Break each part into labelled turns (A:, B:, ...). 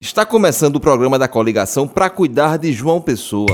A: Está começando o programa da coligação para cuidar de João Pessoa.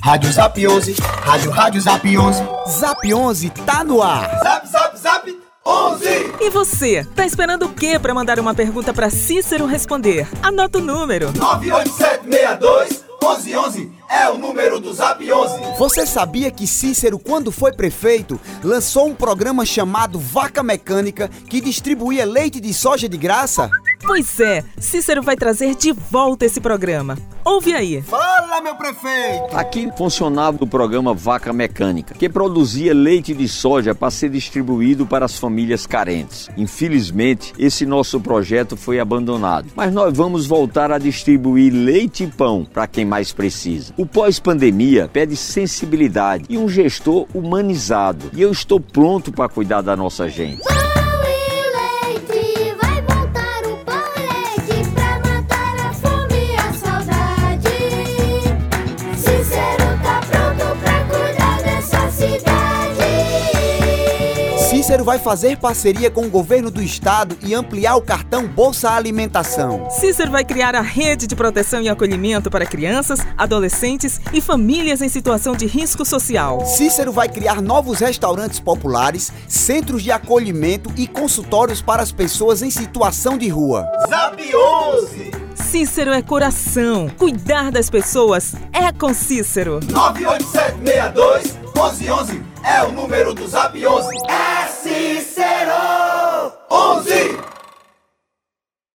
B: Rádio Zap 11, Rádio Rádio Zap 11.
C: Zap 11 tá no ar.
B: Zap Zap Zap 11.
D: E você, tá esperando o quê para mandar uma pergunta para Cícero responder? Anota o número.
B: 98762 1111 é o número do Zap 11.
C: Você sabia que Cícero, quando foi prefeito, lançou um programa chamado Vaca Mecânica que distribuía leite de soja de graça?
D: Pois é, Cícero vai trazer de volta esse programa. Ouve aí.
B: Fala, meu prefeito.
E: Aqui funcionava o programa Vaca Mecânica, que produzia leite de soja para ser distribuído para as famílias carentes. Infelizmente, esse nosso projeto foi abandonado, mas nós vamos voltar a distribuir leite e pão para quem mais precisa. O pós-pandemia pede sensibilidade e um gestor humanizado, e eu estou pronto para cuidar da nossa gente.
F: Pão e leite, vai voltar o pão e leite pra matar a fome e a saudade. Cícero tá pronto pra cuidar dessa cidade.
C: Cícero vai fazer parceria com o governo do estado e ampliar o cartão Bolsa Alimentação.
D: Cícero vai criar a rede de proteção e acolhimento para crianças, adolescentes e famílias em situação de risco social.
C: Cícero vai criar novos restaurantes populares, centros de acolhimento e consultórios para as pessoas em situação de rua.
B: Zap 11.
D: Cícero é coração. Cuidar das pessoas é com Cícero.
B: 98762 1111 é o número do Zap 11. É Cícero 11.